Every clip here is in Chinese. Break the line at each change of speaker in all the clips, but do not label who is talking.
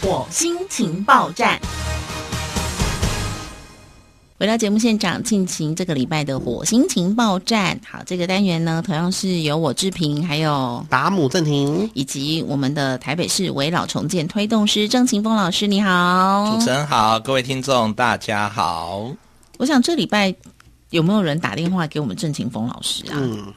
火星情报站。回到节目现场，进行这个礼拜的火星情报站。好，这个单元呢，同样是由我志平，还有
达姆正廷，
以及我们的台北市围老重建推动师郑晴峰老师，你好，
主持人好，各位听众大家好。
我想这礼拜有没有人打电话给我们郑晴峰老师啊？
嗯，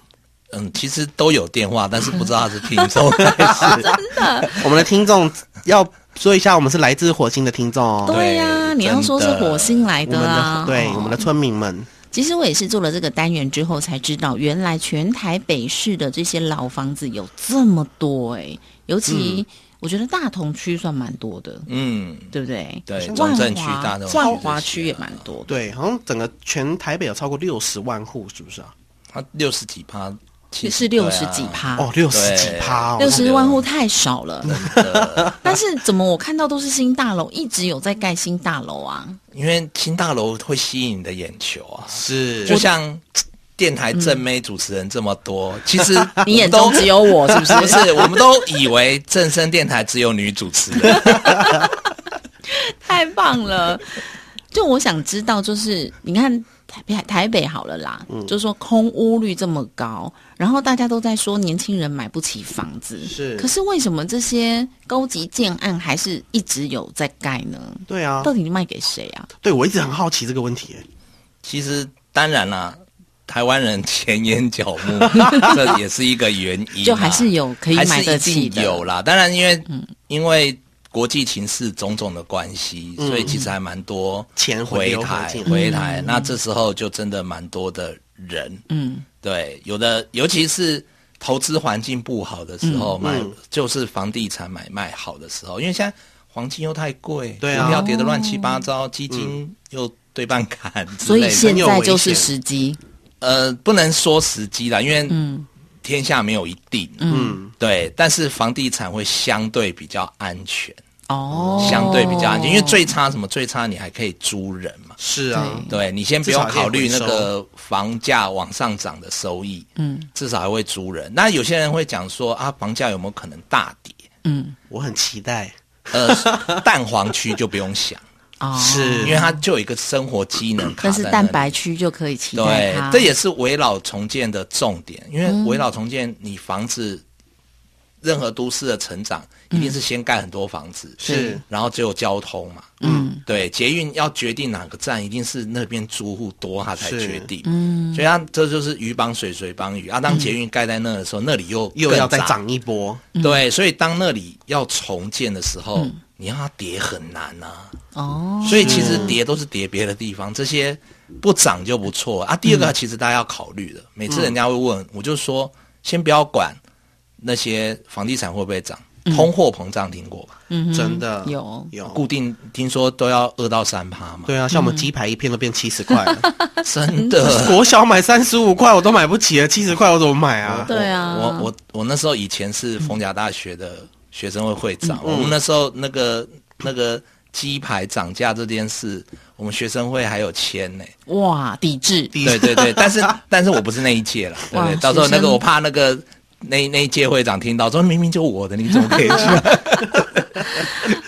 嗯，其实都有电话，但是不知道他是听众 还是
真的，
我们的听众要说一下，我们是来自火星的听众哦，
对呀、
对
你要说是
真的
火星来
我们
啊
的，对
哦
我们的村民们，
其实我也是做了这个单元之后才知道，原来全台北市的这些老房子有这么多哎、尤其我觉得大同区算蛮多的，
嗯，
对不对？
对
万
中正区
华
大同区啊
万华区也蛮多的。
对，好像整个全台北有超过六十万户，是不是啊？
他六十几趴，其实啊
是六十几，趴，
哦，六十几趴哦，
啊六十、万户太少了。
对啊呃
但是怎么我看到都是新大楼，一直有在盖新大楼啊？
因为新大楼会吸引你的眼球啊，
是
就像。电台正妹主持人这么多，其实
嗯 你眼
我
中
们都
只有我，是不是？
不是，我们都以为正声电台只有女主持人，
太棒了！就我想知道，就是你看台北台北好了啦，
嗯
就是说空屋率这么高，然后大家都在说年轻人买不起房子，
是
可是为什么这些高级建案还是一直有在盖呢？
对啊
到，底卖给谁啊？
对我一直很好奇这个问题，哎
其实当然啦、台湾人前眼角 目，这也是一个原因啊、
就还是有可以
还是
买得
一
起
定
的，嗯
有啦。当然，因为、因为国际情势种种的关系，所以其实还蛮多
钱嗯回
回
流
台
回进嗯
回台。那这时候就真的蛮多的人，
嗯，
对，有的尤其是投资环境不好的时
嗯
候买，就是房地产买卖好的时候，因为现在黄金又太贵，
对啊嗯
股票跌得乱七八糟，基金又对半砍之
所
类
以
的，
现在就是
很有危险
时机，
呃，不能说时机啦，因为
嗯
天下没有一定，啊
嗯，
对，但是房地产会相对比较安全，
哦，
相对比较安全，因为最差什么？最差你还可以租人嘛。
是啊，
对你先不用考虑那
至少还可
个房价往上涨的收益，
嗯
至少还会租人。那有些人会讲说啊，房价有没有可能大跌？
嗯
我很期待，
呃， 蛋黄区就不用想，
哦，
是
因为它就有一个生活机能卡
但是
在那
蛋
里
白区就可以期待
对
它，，
这也是围绕重建的重点，因为
嗯
围绕重建，你房子任何都市的成长，
嗯
一定是先盖很多房子，
是
然后只有交通嘛，
嗯
对，捷运要决定哪个站，一定是那边住户多，它才
是
决定，
嗯
所以它这就是鱼帮水，水帮鱼啊。当捷运盖在那的时候，那里又
又
更
要再，涨一波，
对，
嗯
所以当那里要重建的时候，你要它跌很难啊。
哦，
所以其实跌都是跌别的地方，这些不涨就不错啊。第二
嗯
个其实大家要考虑的，每次人家会问，我就说先不要管那些房地产会不会涨，通货膨胀听过吧？
嗯哼
真的
有
有，
固定听说都要二到三趴 嘛，
对啊，
嗯
像我们鸡排一片都变七十块了，
真的。
国小买三十五块我都买不起了，七十块我怎么买 啊？
对啊，嗯
我我我那时候以前是逢甲大学的学生会会长，我们那时候那个那个鸡排涨价这件事，我们学生会还有签呢、
哇，抵制
第一
对对对，但是但是我不是那一届了，对不
哇
对？到时候那
学
个
生
我怕那个那那一届会长听到说明明就我的，你怎么可 以
嗯
去？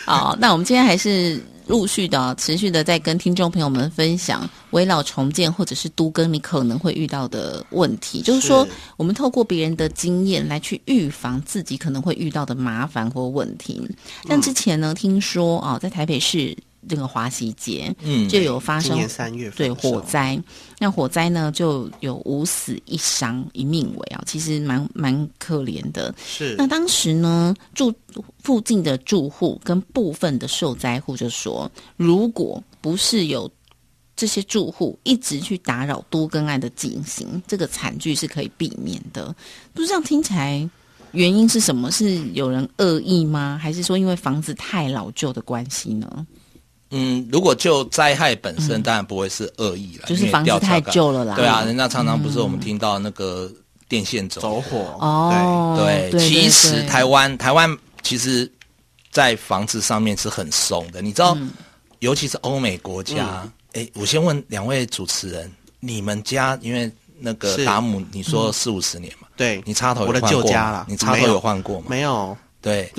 好，那我们今天还是陆续的、持续的在跟听众朋友们分享围绕重建或者是都更你可能会遇到的问题，就是说
是
我们透过别人的经验来去预防自己可能会遇到的麻烦或问题。但
嗯
之前呢，听说啊、在台北市这个华西街，
嗯
就有发
今
生
年三月份
对
的时候
火灾，那火灾呢就有五死一伤一命危啊，其实蛮蛮可怜的。
是
那当时呢，住附近的住户跟部分的受灾户就说，如果不是有这些住户一直去打扰都更案的进行，这个惨剧是可以避免的。不是这样听起来，原因是什么？是有人恶意吗？还是说因为房子太老旧的关系呢？
嗯，如果就灾害本身，当然不会是恶意了，
嗯就是
呃因为
房子
调查
太
岗
旧了啦
对啊，人家常常不是我们听到那个电线走，
走火，
哦，
对，其实
对
台湾台湾其实，在房子上面是很松的，你知
嗯
道，尤其是欧美国家。哎，我先问两位主持人，你们家因为那个
是
达姆，你说
嗯
四五十年嘛？
对对，
你插头有
我的
换
旧
过
家
吗
啦
你插头
没有
有换过吗？
没有，
对，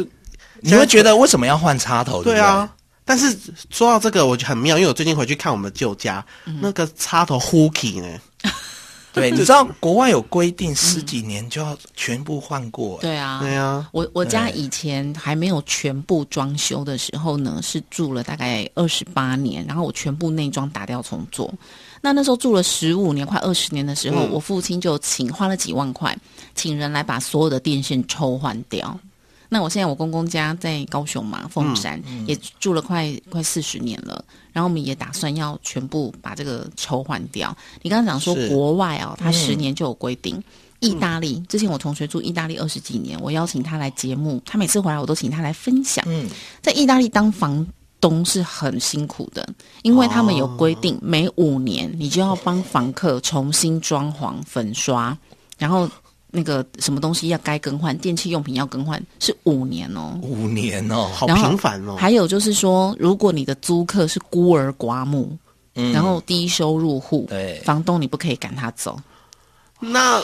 你会觉得为什么要换插头？
对
不
啊。但是说到这个，我就很妙，因为我最近回去看我们旧家、
嗯
那个插头 hooky 呢，
对，你知道国外有规定十几年就要全部换过、欸
对啊，
对啊，
我我家
对
以前还没有全部装修的时候呢，是住了大概二十八年，然后我全部内装打掉重做。那那时候住了十五年，快二十年的时候，我父亲就请花了几万块，请人来把所有的电线抽换掉。那我现在我公公家在高雄嘛，凤山、也住了快快四十年了，然后我们也打算要全部把这个抽换掉。你刚刚讲说
是
国外哦，它十年就有规定，意大利，之前我同学住意大利二十几年，我邀请他来节目，他每次回来我都请他来分享。
嗯，
在意大利当房东是很辛苦的，因为他们有规定，每五年你就要帮房客重新装潢、粉刷，然后那个什么东西要该更换，电器用品要更换，是五年哦。
五年哦、
好
然后
频繁哦。
还有就是说，如果你的租客是孤儿寡母，
嗯
然后低收入户，
对
房东你不可以赶他走，
那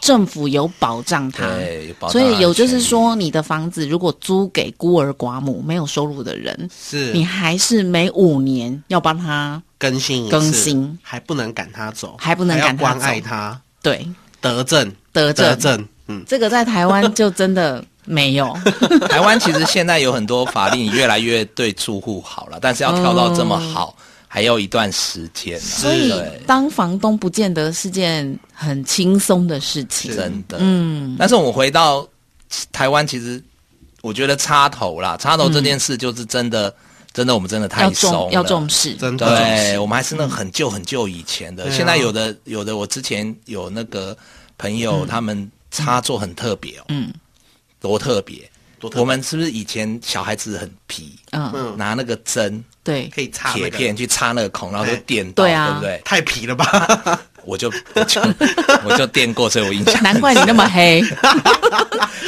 政府有保障他。
对，保
啊所
障
以有
安
就
全
是说，你的房子如果租给孤儿寡母、没有收入的人，你
是
还是每五年要帮他，
更新一次
更新，
还不能赶他走，
还不能赶他走
还要关爱他，
对，
德政
得
德
证。
政，嗯，
这个在台湾就真的没有，
台湾其实现在有很多法令越来越对住户好了，但是要跳到这么好，还要一段时间、啊。
所以
对
当房东不见得是件很轻松的事情。
真的，
嗯，
但是我们回到台湾，其实我觉得插头啦，插头这件事就是真的，真的我们真的
嗯要
太松
重
了，
要重视，
真的
对，我们还是那个很旧很旧以前的。
对啊
现在有的有的，我之前有那个朋
嗯
友，他们插座很特别哦，
嗯，
多特别。
多特别
我们是不是以前小孩子很皮，
嗯，
嗯
拿那个针、
对，
可以插那
铁
个哎
片，去插那个孔，然后就
对
电到，
对啊
不对？
太皮了吧？
我就我 就我就电过，所以我印象。
难怪你那么黑，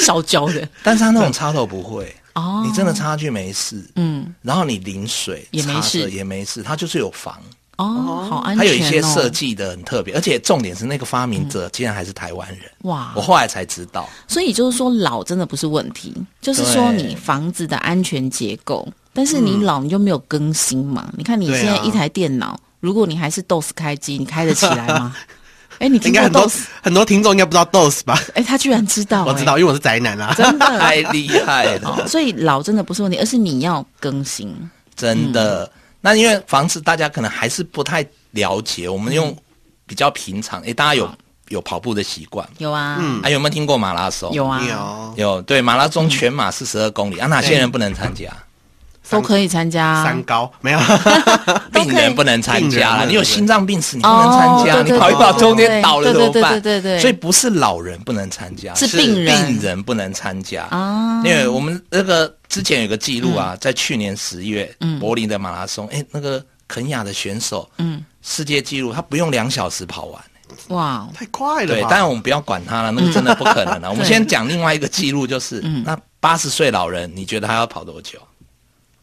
烧焦的
但是他那种插头不会，
哦，
你真的插下去没事，
嗯
然后你淋水
也没
插着
事
也没事，它就是有防。
哦，好安全哦，
它有一些设计的很特别，而且重点是那个发明者
嗯
竟然还是台湾人。
哇
我，后来才知 道，
所以就是说，老真的不是问题，就是说
对
你房子的安全结构，但是你老你就没有更新嘛？你看你现在
对啊
一台电脑，如果你还是 DOS 开机，你开得起来吗？哎、你
应
听
该
过
很多
DOS？
很多听众应该不知道 DOS 吧？
哎、他居然知道、
我知道，因为我是宅男啊啦。
哎，真的。
太厉害
哦
了，
所以老真的不是问题，而是你要更新。
真
嗯
的。那因为房子大家可能还是不太了解，我们
嗯
用比较平常，诶，大家有有跑步的习惯吗？
有啊，
嗯
啊，有没有听过马拉松？
有啊，嗯
有
有，对，马拉松全马四十二公里啊，哪些
对
人不能参加？
都可以参加啊。
三高没有？
都可以
病人不能参加
病
啦，
人
你有心脏病史你不能参
哦
加，
对
你跑一
对
跑
对
中间倒
对
了怎
对
么办？
对对对对对
所以不是老人不能参加，
是
是
病人
病人不能参加
啊
因为我们那个之前有个记录
嗯
啊，在去年十月柏林的马拉松，哎，那个肯雅的选手，
嗯，
世界纪录他不用两小时跑完。
哇，
太快了
对，
吧？
当然我们不要管他了，那个真的不可能了。啊我们先讲另外一个记录，就是
嗯
那八十岁老人，你觉得他要跑多久？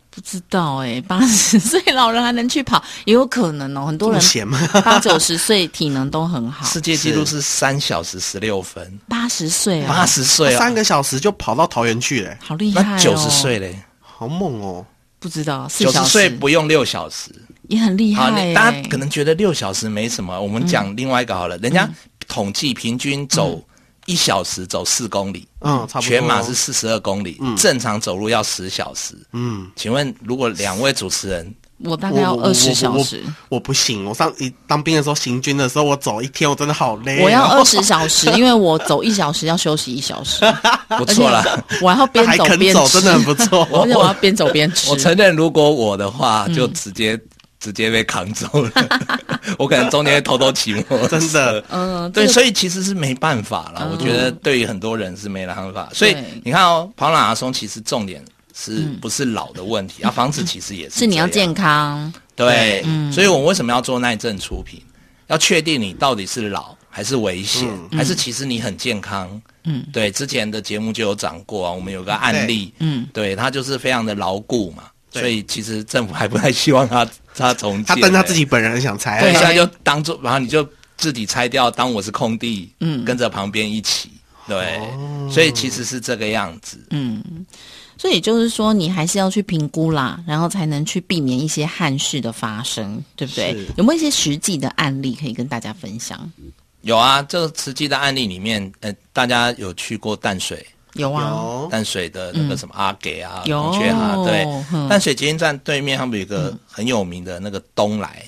不知道哎、八十 岁老人还能去跑，也有可能哦。很多
这么
人
闲吗？
八九十岁体能都很好，
世界纪录是三小时十六分，
八十岁啊，
八十岁啊，
三个小时就跑到桃园去了，
好厉害、
那
哦！
九十岁嘞，
好猛哦！
不知道，四
九十
小时
岁不用六小时。
也很厉
好，
害、欸？
你大家可能觉得六小时没什么，我们讲另外一个好了，人
嗯
家统计平均走一小时走四公里，
嗯，差不多。
全马是四十二公里，正常走路要十小时。
嗯，
请问，如果两位主 持人，
我大
大
概要二十小时，
我不行。我上一当兵的时候，行军的时候，我走一天，我真的好累哦。
我要二十小时，因为我走一小时要休息一小时，
不错啦，
我还要边
还
走
肯
边
走，
吃，
真的很不错。
而且我要边走边吃。
我承认，如果我的话，
嗯
就直接直接被扛走了， 我可能中间会偷偷骑摩托车
真的
嗯，
对，
这个
所以其实是没办法啦。
嗯
我觉得对于很多人是没办法。所以
对
你看哦，跑马拉松其实重点是不是老的问题、啊？房子其实也是
嗯是你要
这样
健康，
对，
嗯
所以我为什么要做耐震出品？要确定你到底是老还是危险，
嗯
还是其实你很健康。
嗯，
对，之前的节目就有讲过啊，我们有个案例，
嗯，
对，它就是非常的牢固嘛，
对
所以其实政府还不太希望它它重建。
他但他自己本人很想猜，
对，
对啊
现在就当做，然后你就自己拆掉，当我是空地，
嗯哦
跟着旁边一起。对，所以其实是这个样子。
嗯所以也就是说，你还是要去评估啦，然后才能去避免一些憾事的发生，对不对
是？
有没有一些实际的案例可以跟大家分享？
有啊，这个实际的案例里面，呃，大家有去过淡水，
有啊，
有
淡水的那个什么阿给啊、
有
孔雀啊，对
嗯，
淡水捷运站对面他们有一个很有名的那个东来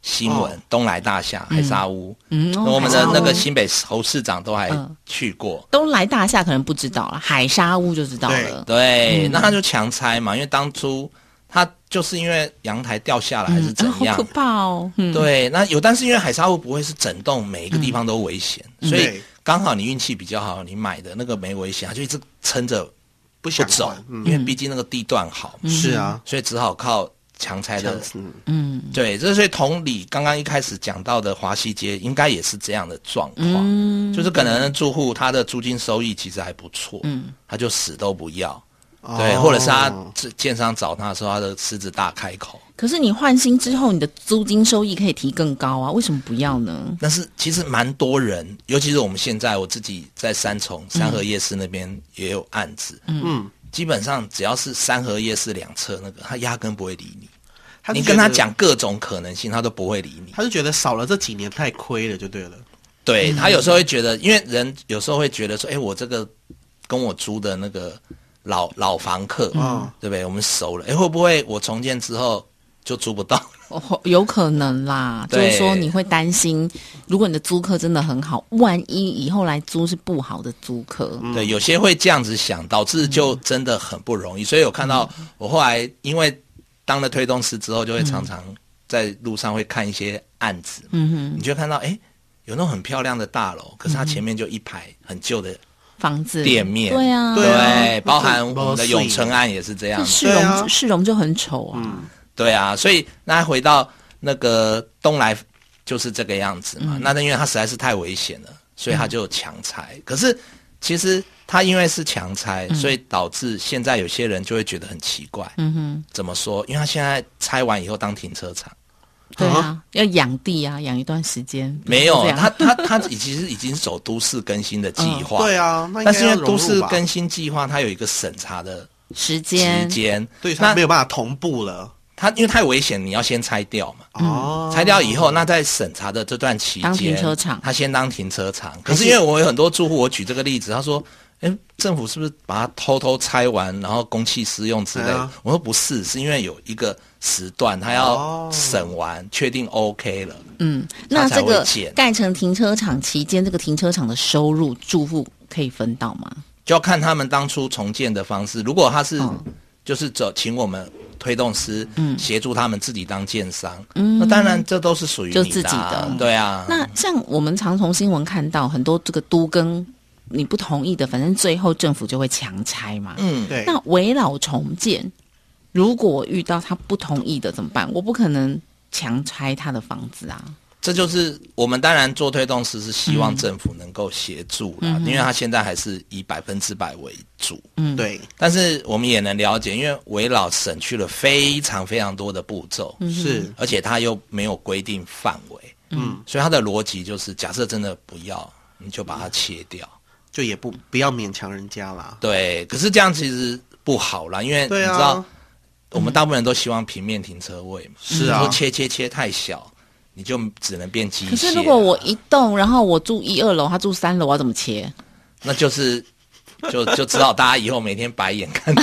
新闻，东来大厦、海沙屋，
哦嗯，哦
那我们的
海沙屋
那个新北侯市长都还
嗯
去过。
都来大厦可能不知道了，海沙屋就知道了。
对，那他就强拆嘛，因为当初他就是因为阳台掉下来还是怎
啊好
样
可，怕哦！嗯，
对，那有，但是因为海沙屋不会是整栋每一个地方都危险，啊所以
对
刚好你运气比较好，你买的那个没危险，他就一直撑着
不
不
想
走
换，嗯
因为毕竟那个地段好，
是啊，
所以只好靠强拆
这
的
样。子
嗯
对，这所以同理，刚刚一开始讲到的华西街应该也是这样的状况，
嗯
就是可能住户他的租金收益其实还不错，
嗯，
他就死都不要，
哦
对，或者是他这建商找他的时候，他的狮子大开口，
可是你换新之后，你的租金收益可以提更高啊，为什么不要呢？
但是其实蛮多人，尤其是我们现在我自己在三重三河夜市那边也有案子，
嗯，
基本上只要是三河夜市两侧那个，他压根不会理你，
他是
你跟他
觉得，
讲各种可能性，他都不会理你。
他是觉得少了这几年太亏了，就对了。嗯
对他有时候会觉得，因为人有时候会觉得说，哎，我这个跟我租的那个老老房客，
嗯
对不对？我们熟了，哎，会不会我重建之后就租不到？
哦，有可能啦，就
对
是说你会担心，如果你的租客真的很好，万一以后来租是不好的租客，
对，有些会这样子想，导致
嗯
就真的很不容易。所以我看到我后来因为当了推动师之后，就会常常在路上会看一些案子，
嗯哼，
你就会看到哎，有那种很漂亮的大楼，可是
嗯
它前面就一排很旧的
房子
店面，
对啊，
对啊
对包含我们
没
的
水
永城案也是这样
那
子，
市
对
容、
啊
市容就很丑啊，
对啊，所以那回到那个东来就是这个样子
嗯
嘛。那因为它实在是太危险了，所以他就强拆。可是其实他因为是强拆，所以导致现在有些人就会觉得很奇怪。
嗯哼，
怎么说？因为他现在拆完以后当停车场，
对啊
啊，
要养地啊，养一段时间，
没有啊
不嗯是这样
他他他已其实已经走都市更新的计划。
对啊，那应该
但是因为
要融
都
入
市
吧
更新计划，它有一个审查的
时
期
间，
间，
对，他
那
没有办法同步了。
它因为太危险，你要先拆掉嘛。
哦，
拆掉以后，那在审查的这段期间，
当停车场
他先当停车场。可是因为我有很多住户，我举这个例子，他说：“哎，政府是不是把它偷偷拆完，然后公器私用之类的？”
对啊
我说：“不是，是因为有一个时段，他要
哦
审完，确定 OK 了。
嗯，那
他才
这
会
个
建
盖成停车场期间，这个停车场的收入，住户可以分到吗？
就要看他们当初重建的方式。如果他是、
嗯
就是走请我们推动师协助他们自己当建商，那当然这都是属于
嗯就
你
自己
啊
的
对啊。
那像我们常从新闻看到很多这个都跟你不同意的，反正最后政府就会强拆嘛。
嗯，
对，
那围绕重建，如果我遇到他不同意的怎么办？我不可能强拆他的房子啊。
这就是我们当然做推动时是希望政府能够协助
嗯
啦，因为他现在还是以百分之百为主，
对，
但是我们也能了解，因为围绕省去了非常非常多的步骤，
嗯
是
而且他又没有规定范围，
嗯，
所以他的逻辑就是，假设真的不要，你就把它切掉，
就也不不要勉强人家啦。
对，可是这样其实不好啦，因为你
对
知
啊
道，我们大部分人都希望平面停车位嘛，
是
你
啊
说切切切太小，你就只能变机械啊、
可是如果我一栋，然后我住一二楼，他住三楼，我要怎么切？
那就是就就知道大家以后每天白眼 看。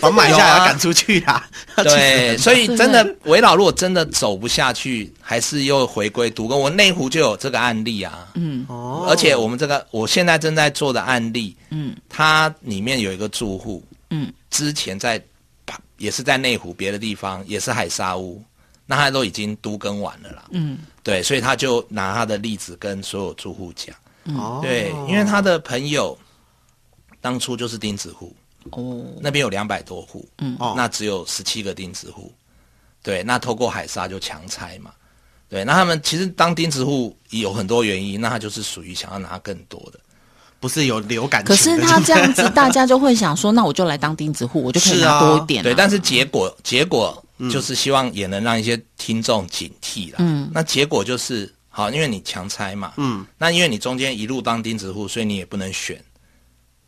把买下来
有啊
要赶出去啊。
对，所以真的围绕如果真的走不下去，还是又回归独根。我内湖就有这个案例啊，嗯，
哦
而且我们这个我现在正在做的案例，嗯，它里面有一个住户，
嗯，
之前在也是在内湖别的地方，也是海沙屋，那他都已经都更完了啦，
嗯，
对，所以他就拿他的例子跟所有住户讲，
哦，
对，因为他的朋友当初就是钉子户，
哦，
那边有两百多户，嗯
哦
那只有十七个钉子户，对，那透过海沙就强拆嘛，对，那他们其实当钉子户有很多原因，那他就是属于想要拿更多的，
不是有流感
可
情
是
的
他
就
这样子，大家就会想说，那我就来当钉子户，我就可以
是
拿
啊
多一点啊、
对，但是结果结果就是希望也能让一些听众警惕啦，嗯，那结果就是好，因为你强拆嘛，
嗯，
那因为你中间一路当钉子户，所以你也不能选，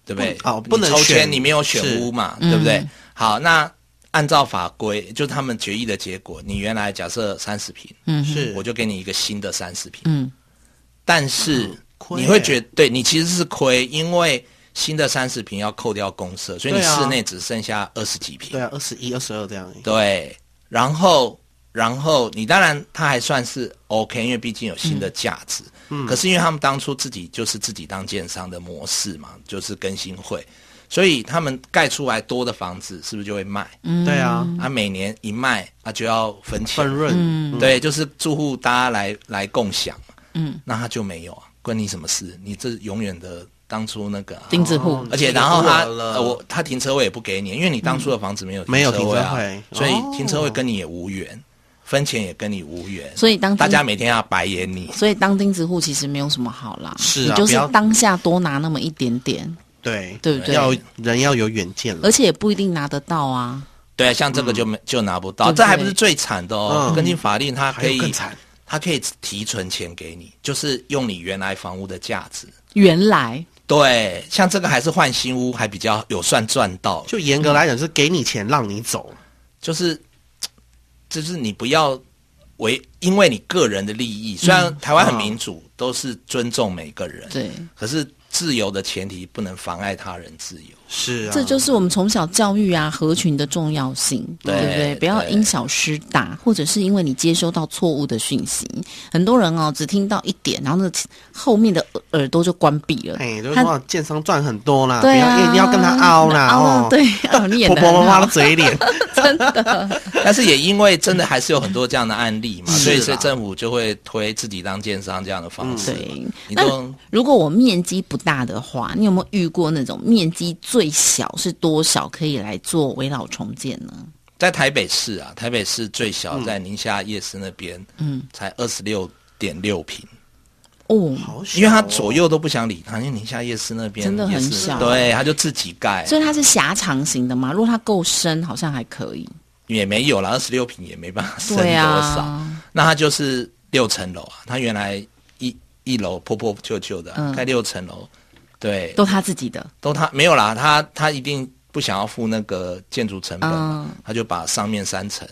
对不对？
不哦
你
不能
抽签，
选
你没有选
是
屋嘛，
嗯
对不对？好，那按照法规，就是他们决议的结果，你原来假设三十平，
嗯，
是
我就给你一个新的三十平，
嗯，
但是
亏
你会
欸
觉对你其实是亏，因为新的三十平要扣掉公社，所以你
对啊
室内只剩下二十几平。
对啊，二十一、二十二这样而已。
对，然后然后你当然它还算是 OK，因为毕竟有新的价值。嗯，可是因为他们当初自己就是自己当建商的模式嘛，就是更新会，所以他们盖出来多的房子是不是就会卖？
对啊，
啊，每年一卖啊就要分钱
分，润，嗯
对，就是住户大家来来共享嘛。
嗯，
那他就没有啊，关你什么事？你这永远的当初那个啊、
钉子户
哦
而且然后他
你过了
呃我他停车位也不给你，因为你当初的房子没有
没有停
位啊
车位，
所以
哦
停车位跟你也无缘，分钱也跟你无缘，
所以当
大
钉
家每天要白眼你。
所以当钉子户其实没有什么好啦，
是啊
你就
不
是
要啊
当下多拿那么一点点，
对
对不对？
要人要有远见了
而。且也不一定拿得到啊。
对，像这个就没、就拿不到，
对不
这还不
对
是最惨的哦。
嗯
根据法令，他
还
可
有
以
更惨，
他可以提存钱给你，就是用你原来房屋的价值。
原来
对，像这个还是换新屋，还比较有算赚到，
就严格来讲是给你钱让你走，
就是就是你不要为因为你个人的利益，虽然台湾很民主，都是尊重每个人，
嗯对，
可是自由的前提不能妨碍他人自由。
是啊，
这就是我们从小教育啊合群的重要性，
对
不对？不要
对
因小失大，或者是因为你接收到错误的讯息。很多人哦，只听到一点，然后那后面的耳耳朵就关闭了。
哎，就是
他
说建商赚很多啦，
对
不
啊，
要一定要跟他凹啦，
凹
哦，
对，哦你演
婆
的
婆妈
很
妈
好
的。嘴 脸，
但是也因为真的还是有很多这样的案 例嘛，
是
所以
啦
是政府就会推自己当建商这样的方式。
嗯对，
你
那
都
如果我面积不大的话，你有没有遇过那种面积最小是多少可以来做围绕重建呢？
在台北市啊，台北市最小
嗯
在宁夏夜市那边，嗯，才二十六点六平。
哦，
好小哦
因为他左右都不想理他，因为宁夏夜市那边
真的很
也是
小
对，他就自己盖，
所以它是狭长型的嘛？如果它够深，好像还可以。
也没有了，二十六平也没办法升多
对
少，
啊，
那他就是六层楼啊，他原来一一楼破破旧旧的啊、
嗯
盖、六层楼，对，
都他自己的。
都他没有啦，他他一定不想要付那个建筑成本嘛，
嗯
他就把上面三层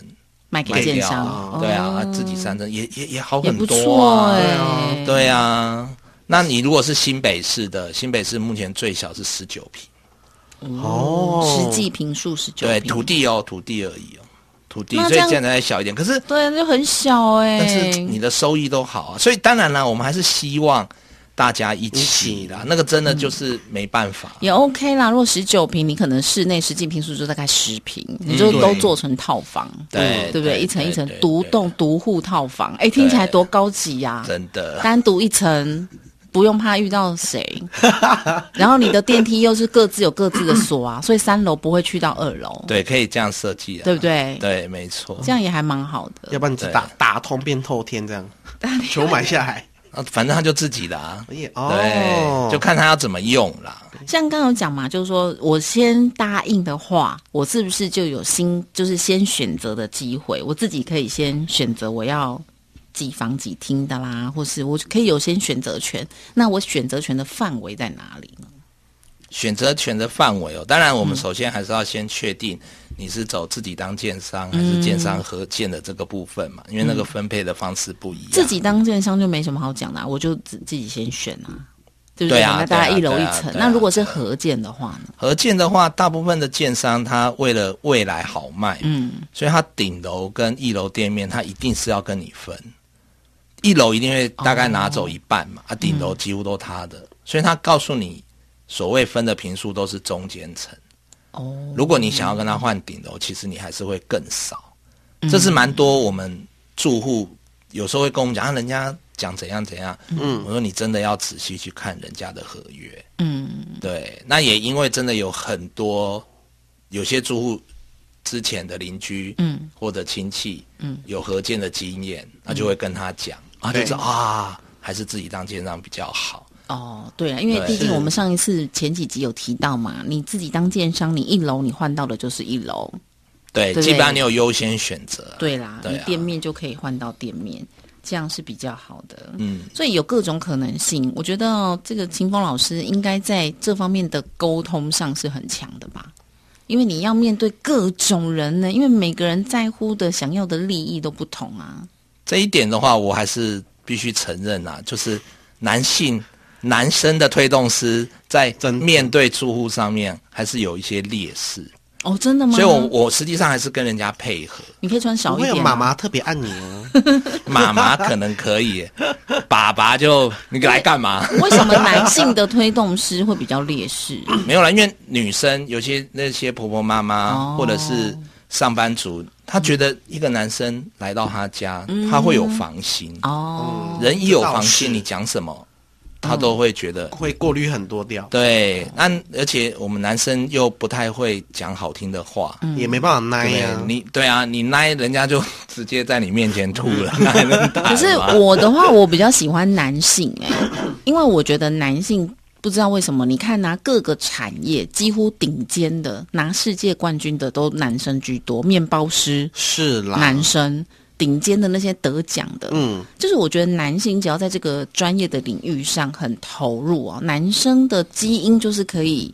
卖给
卖
建
掉
商，哦
啊，对啊，他自己三层也也也好
也
很
不
多
错
啊，
哎、
对啊，那你如果是新北市的，新北市目前最小是十九平，
哦，
实际平数十九
对，
平，
土地哦，土地而已哦，土地，
那
所
这
以
样
建材小一点。可是，
对，那就很小哎、
但是你的收益都好啊，所以当然啦，我们还是希望大家一
一起
起啦。那个真的就是没办法，
也 OK 啦，如果十九平，你可能室内实际平数就大概十平，你就都做成套房，
嗯对
对不对？
对
一层一层
对对
独
对
栋啊独户套房，哎，听起来多高级呀！
真的。
单独一层，不用怕遇到 谁，然后你的电梯又是各自有各自的锁啊，所以三楼不会去到二楼，
对，可以这样设计啊，
对不对？
对，没错
这。样也还蛮好的
要。不然你只
对
打打通变透天这样，全部买下 来，
啊反正他就自己的啊，
也哦
对，，就看他要怎么用啦。
像刚刚有讲嘛，就是说我先答应的话，我是不是就有新，就是先选择的机会？我自己可以先选择我要几房几厅的啦，或是我可以有先选择权。那我选择权的范围在哪里呢？
选择权的范围哦，当然
嗯
我们首先还是要先确定你是走自己当建商还是建商合建的这个部分嘛，因为那个分配的方式不一样。
嗯自己当建商就没什么好讲的啊、我就自自己先选啊，对不
对啊
那大家
对啊
一楼一
对啊
层。
对啊
那如果是合建的话呢？
合建的话，大部分的建商他为了未来好卖，
嗯，
所以他顶楼跟一楼店面，他一定是要跟你分。一楼一定会大概拿走一半嘛，啊，顶楼几乎都他的，所以他告诉你所谓分的平数都是中间层。
哦，
如果你想要跟他换顶楼，其实你还是会更少。
嗯
这是蛮多我们住户有时候会跟我们讲，啊，人家讲怎样怎样，嗯，我说你真的要仔细去看人家的合约，
嗯，
对，那也因为真的有很多有些住户之前的邻居，
嗯，
或者亲戚，
嗯，
有合建的经验，那就会跟他讲，啊，就
对
是啊，还是自己当建商比较好。
哦，对啊，因为
对
毕竟
是
我们上一次前几集有提到嘛，你自己当建商，你一楼你换到的就是一楼，
对，
对
基本上你有优先选择。
对啦，
对啊
你店面就可以换到店面。这样是比较好的。
嗯，
所以有各种可能性。我觉得、哦、这个秦风老师应该在这方面的沟通上是很强的吧，因为你要面对各种人呢，因为每个人在乎的、想要的利益都不同啊。
这一点的话，我还是必须承认啊，就是男性男生的推动师在
真的
面对住户上面还是有一些劣势，
哦，真的吗？
所以我我实际上还是跟人家配 合。
你可以穿
不
少一
会有
点啊。
妈妈特别爱你哦。
妈妈可能可以，爸爸就你来干 嘛？
为什么男性的推动师会比较劣势？
没有啦，因为女生有些那些婆婆妈妈
哦
或者是上班族，她觉得一个男生来到她家，她会有防心。
嗯哦，
人一有防
这倒是
心，你讲什么，
嗯
她都会觉得
会过滤很多掉，
对。那而且我们男生又不太会讲好听的话，
也没办法耐
对嗯不对
哎呀、
你对啊，你奶人家就直接在你面前吐了， 那还能打吗
可是我的话，我比较喜欢男性哎、因为我觉得男性不知道为什么，你看拿、各个产业几乎顶尖的拿世界冠军的都男生居多，面包师
是啦，
男生。顶尖的那些得奖的，
嗯，
就是我觉得男性只要在这个专业的领域上很投入哦，男生的基因就是可以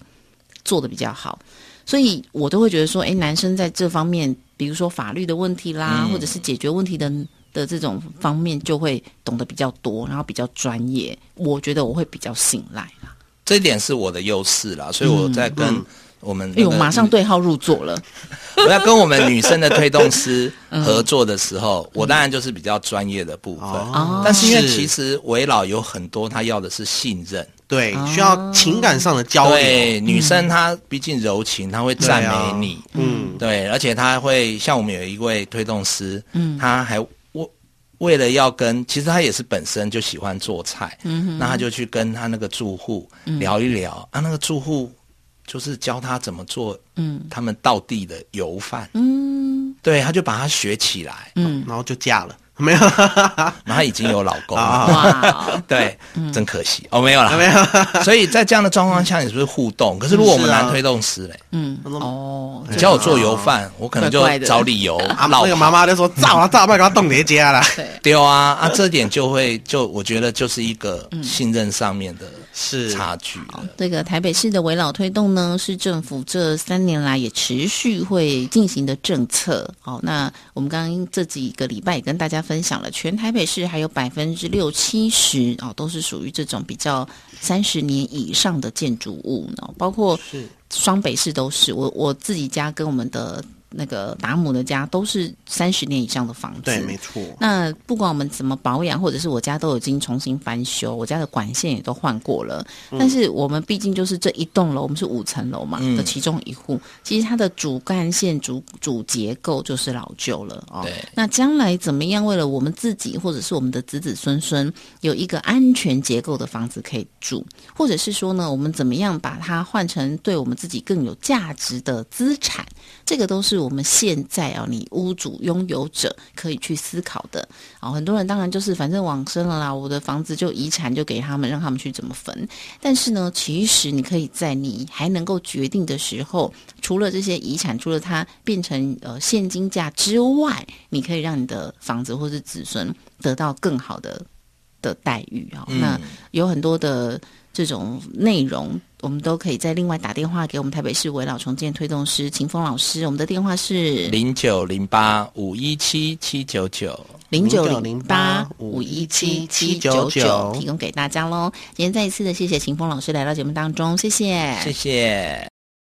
做的比较好，所以我都会觉得说，诶，男生在这方面，比如说法律的问题啦，
嗯
或者是解决问题的的这种方面，就会懂得比较多，然后比较专业，我觉得我会比较信赖啦。
这一点是我的优势啦，所以我在跟
嗯
我们
因为
那
我
个
哎马上对号入座了，
我要跟我们女生的推 动师
嗯
合作的时候，我当然就是比较专业的部分。
哦，
但是因为
是
其实围老有很多，他要的是信任。
对，需要情感上的交流，
哦
啊
对，女
嗯
生她毕竟柔情，她会赞美你。
嗯，
对，而且她会像我们有一位推动师，嗯，她还为为了要跟，其实她也是本身就喜欢做菜，嗯，那她就去跟她那个住户
嗯
聊一聊、啊，那个住户就是教她怎么做
嗯
他们道地的油饭，
嗯
对，她就把它学起来。
嗯，
然后就嫁了， 没有，
然后她已经有老 公
啊
了，
哇，
对，
嗯
真可惜哦，没有啦，
没
有。 所以在这样的状况下，你是不是互动？可是如果我们
是啊
男推动师嘞，
嗯哦，
你叫我做油饭，我可能就
怪怪的
找理由
啊，
老
那个妈妈就说 造啊造，不要给他冻结家了，
丢啊啊，这点就会就我觉得就是一个
嗯
信任上面的
是
差距了。
这个台北市的围老推动呢，是政府这三年来也持续会进行的政策。好，那我们刚刚这几个礼拜也跟大家分享了，全台北市还有百分之六七十哦，都是属于这种比较三十年以上的建筑物哦，包括
是
双北市都是。我我自己家跟我们的那个达姆的家都是三十年以上的房子，
对，没错，
那不管我们怎么保养，或者是我家都已经重新翻修，我家的管线也都换过了。但是我们毕竟就是这一栋楼，我们是五层楼嘛、
嗯
的其中一户，其实它的主干线、主主结构就是老旧了哦。
对，
那将来怎么样？为了我们自己或者是我们的子子孙孙有一个安全结构的房子可以住，或者是说呢，我们怎么样把它换成对我们自己更有价值的资产？这个都是我们现在啊，你屋主拥有者可以去思考的。哦，很多人当然就是反正往生了啦，我的房子就遗产就给他们，让他们去怎么分。但是呢，其实你可以在你还能够决定的时候，除了这些遗产，除了它变成呃现金价之外，你可以让你的房子或是子孙得到更好的的待遇啊、哦
嗯
那有很多的这种内容，我们都可以再另外打电话给我们台北市围老重建推动师秦峰老师，我们的电话是
零九零八五一七七九九，
零九零八五一七七九九，
0908-517-799
提供给大家喽。今天再一次的谢谢秦峰老师来到节目当中，谢谢，
谢谢。